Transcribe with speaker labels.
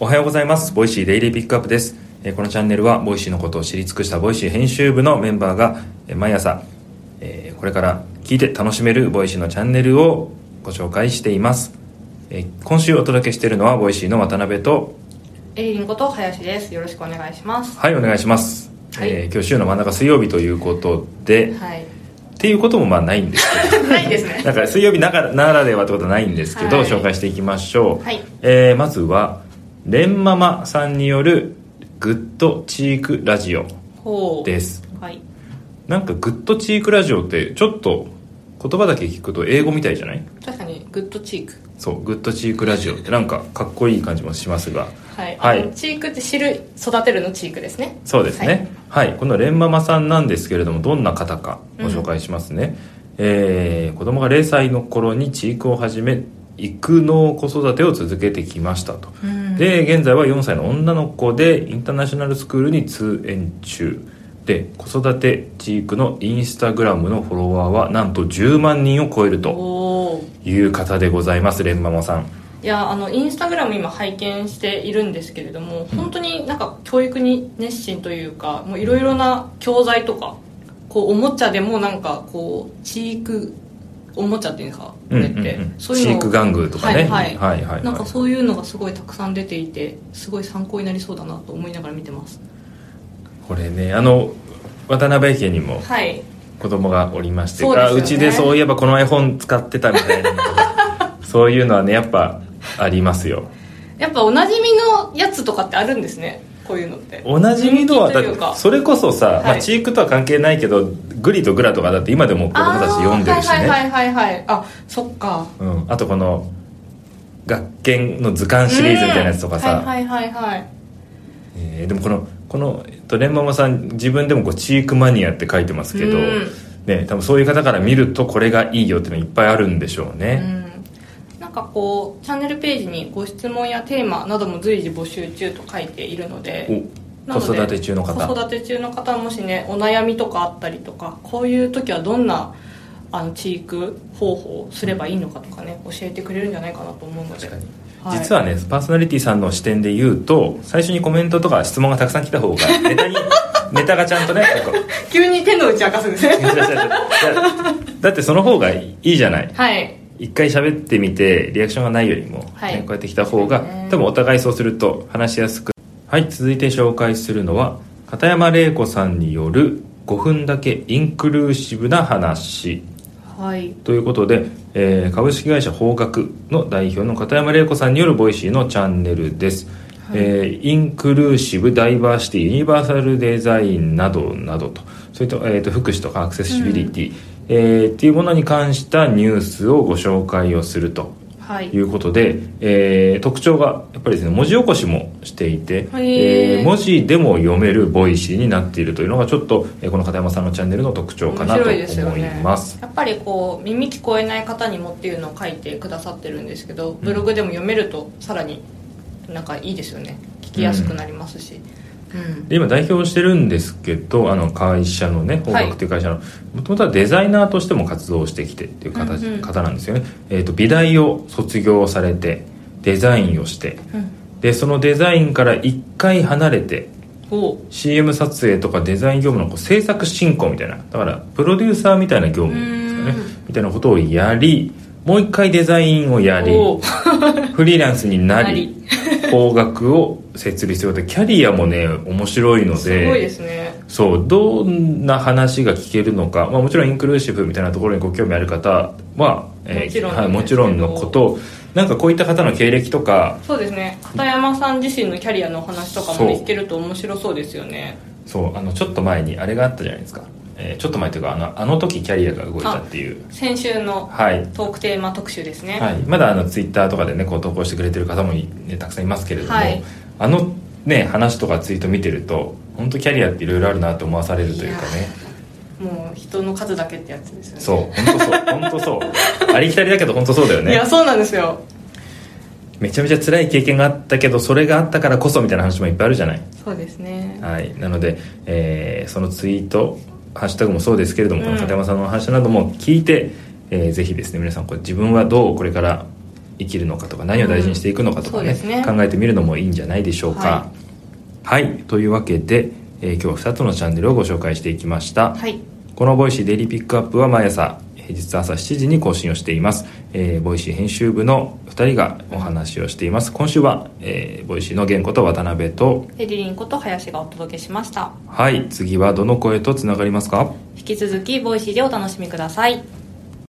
Speaker 1: おはようございます。ボイシーデイリーピックアップです。えーこのチャンネルは、ボイシーのことを知り尽くしたボイシー編集部のメンバーが、えー毎朝、えーこれから聞いて楽しめるボイシーのチャンネルをご紹介しています。えー今週お届けしているのは、ボイシーの渡辺と、
Speaker 2: エリリンこと林です。よろしくお願いします。
Speaker 1: はい、お願いします。
Speaker 2: はい
Speaker 1: えー今日週の真ん中水曜日ということで、
Speaker 2: はい。
Speaker 1: っていうこともまあないんですけど、
Speaker 2: ないです ね。
Speaker 1: なんか水曜日ながならではってことはないんですけど、
Speaker 2: はい
Speaker 1: 紹介していきましょう、
Speaker 2: はい
Speaker 1: えーまずはレンママさんによるグッドチークラジオ
Speaker 2: ほう。
Speaker 1: です
Speaker 2: はい。
Speaker 1: なんかグッドチークラジオってちょっと言葉だけ聞くと英語みたいじゃない
Speaker 2: 確かに、グッドチーク。
Speaker 1: そうグッドチークラジオっ てなんかかっこいい感じもしますが
Speaker 2: はい。
Speaker 1: はい
Speaker 2: あのチークって知る、育てるのチークですね。
Speaker 1: そうですねはい、このレンママさんなんですけれどもどんな方かご紹介しますね、えー子供が0歳の頃にチークを始め育農子育てを続けてきましたと
Speaker 2: はい。うん、
Speaker 1: で現在は4歳の女の子でインターナショナルスクールに通園中で子育てチークのインスタグラムのフォロワーはなんと10万人を超えると
Speaker 2: おー
Speaker 1: いう方でございますレンママさん
Speaker 2: いや、あの、インスタグラム今拝見しているんですけれども、本当になんか教育に熱心というか、もういろいろな教材とか、こう、おもちゃでもなんか、こう、チーク、おもちゃっていうんですか、これって。
Speaker 1: うんうんうん
Speaker 2: そういう
Speaker 1: チ
Speaker 2: の
Speaker 1: ーク玩具とかね
Speaker 2: はい、はい。
Speaker 1: はいはい
Speaker 2: なんかそういうのがすごいたくさん出ていてすごい参考になりそうだなと思いながら見てます
Speaker 1: これねあの渡辺家にも
Speaker 2: はい
Speaker 1: 子供がおりまして
Speaker 2: そうですよ
Speaker 1: あ
Speaker 2: ね
Speaker 1: うちでそういえばこの iPhone 使ってたみた いなそういうのはねやっぱありますよ
Speaker 2: やっぱおなじみのやつとかってあるんですねこういうのって
Speaker 1: おなじみのは
Speaker 2: 人
Speaker 1: だ
Speaker 2: 気というか
Speaker 1: ってそれこそさ、
Speaker 2: い
Speaker 1: まあ、チークとは関係ないけどグリとグラとかだって今でも子供たち読んでるしね
Speaker 2: あーはいはいはいはいはいあそっか
Speaker 1: うん、あとこの学研の図鑑シリーズみたいなやつとかさ、
Speaker 2: うんはいはいはいはい
Speaker 1: えーでもこのこの、えっと、レンママさん自分でもこうチークマニアって書いてますけど、
Speaker 2: うん
Speaker 1: ね、多分そういう方から見るとこれがいいよっていうのいっぱいあるんでしょう
Speaker 2: う
Speaker 1: ね、
Speaker 2: んなんかこうチャンネルページにご質問やテーマなども随時募集中と書いているのでな
Speaker 1: お
Speaker 2: の
Speaker 1: 子
Speaker 2: で
Speaker 1: 育て中の
Speaker 2: 子
Speaker 1: 方
Speaker 2: 育て中の方はもしねお悩みとかあったりとかこういう時はどんなあのチーク方法をすればいいのかとかね教えてくれるんじゃないかなと思うので
Speaker 1: 確かに
Speaker 2: はい
Speaker 1: 実はねパーソナリティさんの視点で言うと最初にコメントとか質問がたくさん来た方がネタに ネタがちゃんとねこう
Speaker 2: 急に手の内明かすんですね
Speaker 1: 違う違う違ういや だってその方がいいじゃない
Speaker 2: はい
Speaker 1: 一回喋ってみてリアクションがないよりも、
Speaker 2: はい
Speaker 1: ねこうやってきた方が
Speaker 2: そうですね
Speaker 1: 多分お互いそうすると話しやすくはい続いて紹介するのは片山玲子さんによる5分だけインクルーシブな話
Speaker 2: はい
Speaker 1: ということで、えー株式会社方角の代表の片山玲子さんによるボイシーのチャンネルです、えーインクルーシブダイバーシティユニバーサルデザインなどなどとそれと,、えーと福祉とかアクセシビリティ、えーっていうものに関したニュースをご紹介をすると
Speaker 2: はい
Speaker 1: いうことで、えー特徴がやっぱりですね文字起こしもしていて、
Speaker 2: へー
Speaker 1: えー文字でも読めるボイシーになっているというのがちょっと、えーこの片山さんのチャンネルの特徴かなと思います
Speaker 2: やっぱりこう耳聞こえない方にもっていうのを書いてくださってるんですけどブログでも読めるとさらになんかいいですよね聞きやすくなりますし、うん
Speaker 1: で今代表してるんですけどあの会社のね方
Speaker 2: はい
Speaker 1: 角という会社のもともとはデザイナーとしても活動してきてっていう方,、
Speaker 2: うんうん
Speaker 1: 方なんですよね、えー、と美大を卒業されてデザインをして
Speaker 2: うん
Speaker 1: でそのデザインから1回離れて
Speaker 2: おう
Speaker 1: CM 撮影とかデザイン業務のこう制作進行みたいなだからプロデューサーみたいな業務ですかね
Speaker 2: うん
Speaker 1: みたいなことをやりもう一回デザインをやり
Speaker 2: おう
Speaker 1: フリーランスにな
Speaker 2: な
Speaker 1: り
Speaker 2: り
Speaker 1: 方角を設立することでキャリアもね面白いので。
Speaker 2: すごいですね
Speaker 1: そうどんな話が聞けるのか、まあ、もちろんインクルーシブみたいなところにご興味ある方は、
Speaker 2: もちろん
Speaker 1: はい、もちろんのことなんかこういった方の経歴とか
Speaker 2: そうですね片山さん自身のキャリアのお話とか
Speaker 1: そう
Speaker 2: も聞けると面白そうですよね
Speaker 1: そうあのちょっと前にあれがあったじゃないですか、えーちょっと前というかあのあの時キャリアが動いたっていう
Speaker 2: 先週の
Speaker 1: はい、
Speaker 2: トークテーマ特集ですね、
Speaker 1: はい、まだあのツイッターとかでねこう投稿してくれてる方もい、ね、たくさんいますけれども、
Speaker 2: はい
Speaker 1: あのね話とかツイート見てると本当キャリアっていろいろあるなと思わされるというか
Speaker 2: い
Speaker 1: ね
Speaker 2: やもう人の数だけってやつですよね
Speaker 1: そう本当そう本当そうありきたりだけど本当そうだよね
Speaker 2: いやそうなんですよ
Speaker 1: めちゃめちゃ辛い経験があったけどそれがあったからこそみたいな話もいっぱいあるじゃない、
Speaker 2: そうですね
Speaker 1: はい、なので、えーそのツイートハッシュタグもそうですけれども、
Speaker 2: うん
Speaker 1: この片山さんのお話なども聞いて、えーぜひですね皆さんこれ自分はどうこれから生きるのかとか何を大事にしていくのかとかね,、
Speaker 2: うんそうですね
Speaker 1: 考えてみるのもいいんじゃないでしょうかはい、というわけで、えー今日2つのチャンネルをご紹介していきました、
Speaker 2: はい
Speaker 1: このボイシーデイリーピックアップは毎朝平日朝7時に更新をしています、えーボイシー編集部の2人がお話をしています今週は、えーボイシーの源子と渡辺と
Speaker 2: エリリンこと林がお届けしました
Speaker 1: はい次はどの声とつながりますか
Speaker 2: 引き続きボイシーでお楽しみください